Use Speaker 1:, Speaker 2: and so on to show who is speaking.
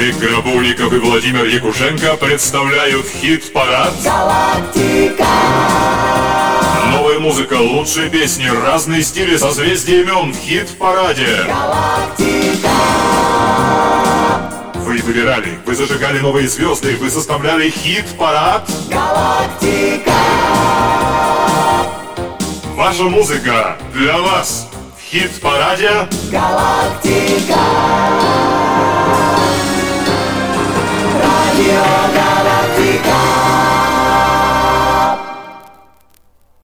Speaker 1: Игорь А Грабовников и Владимир Якушенко представляют хит-парад «Галактика». Новая музыка, лучшие песни, разные стили, созвездие имен в хит-параде. Вы выбирали, вы зажигали новые звезды, вы составляли хит-парад. Ваша музыка для вас в хит-параде
Speaker 2: Галактика. Радио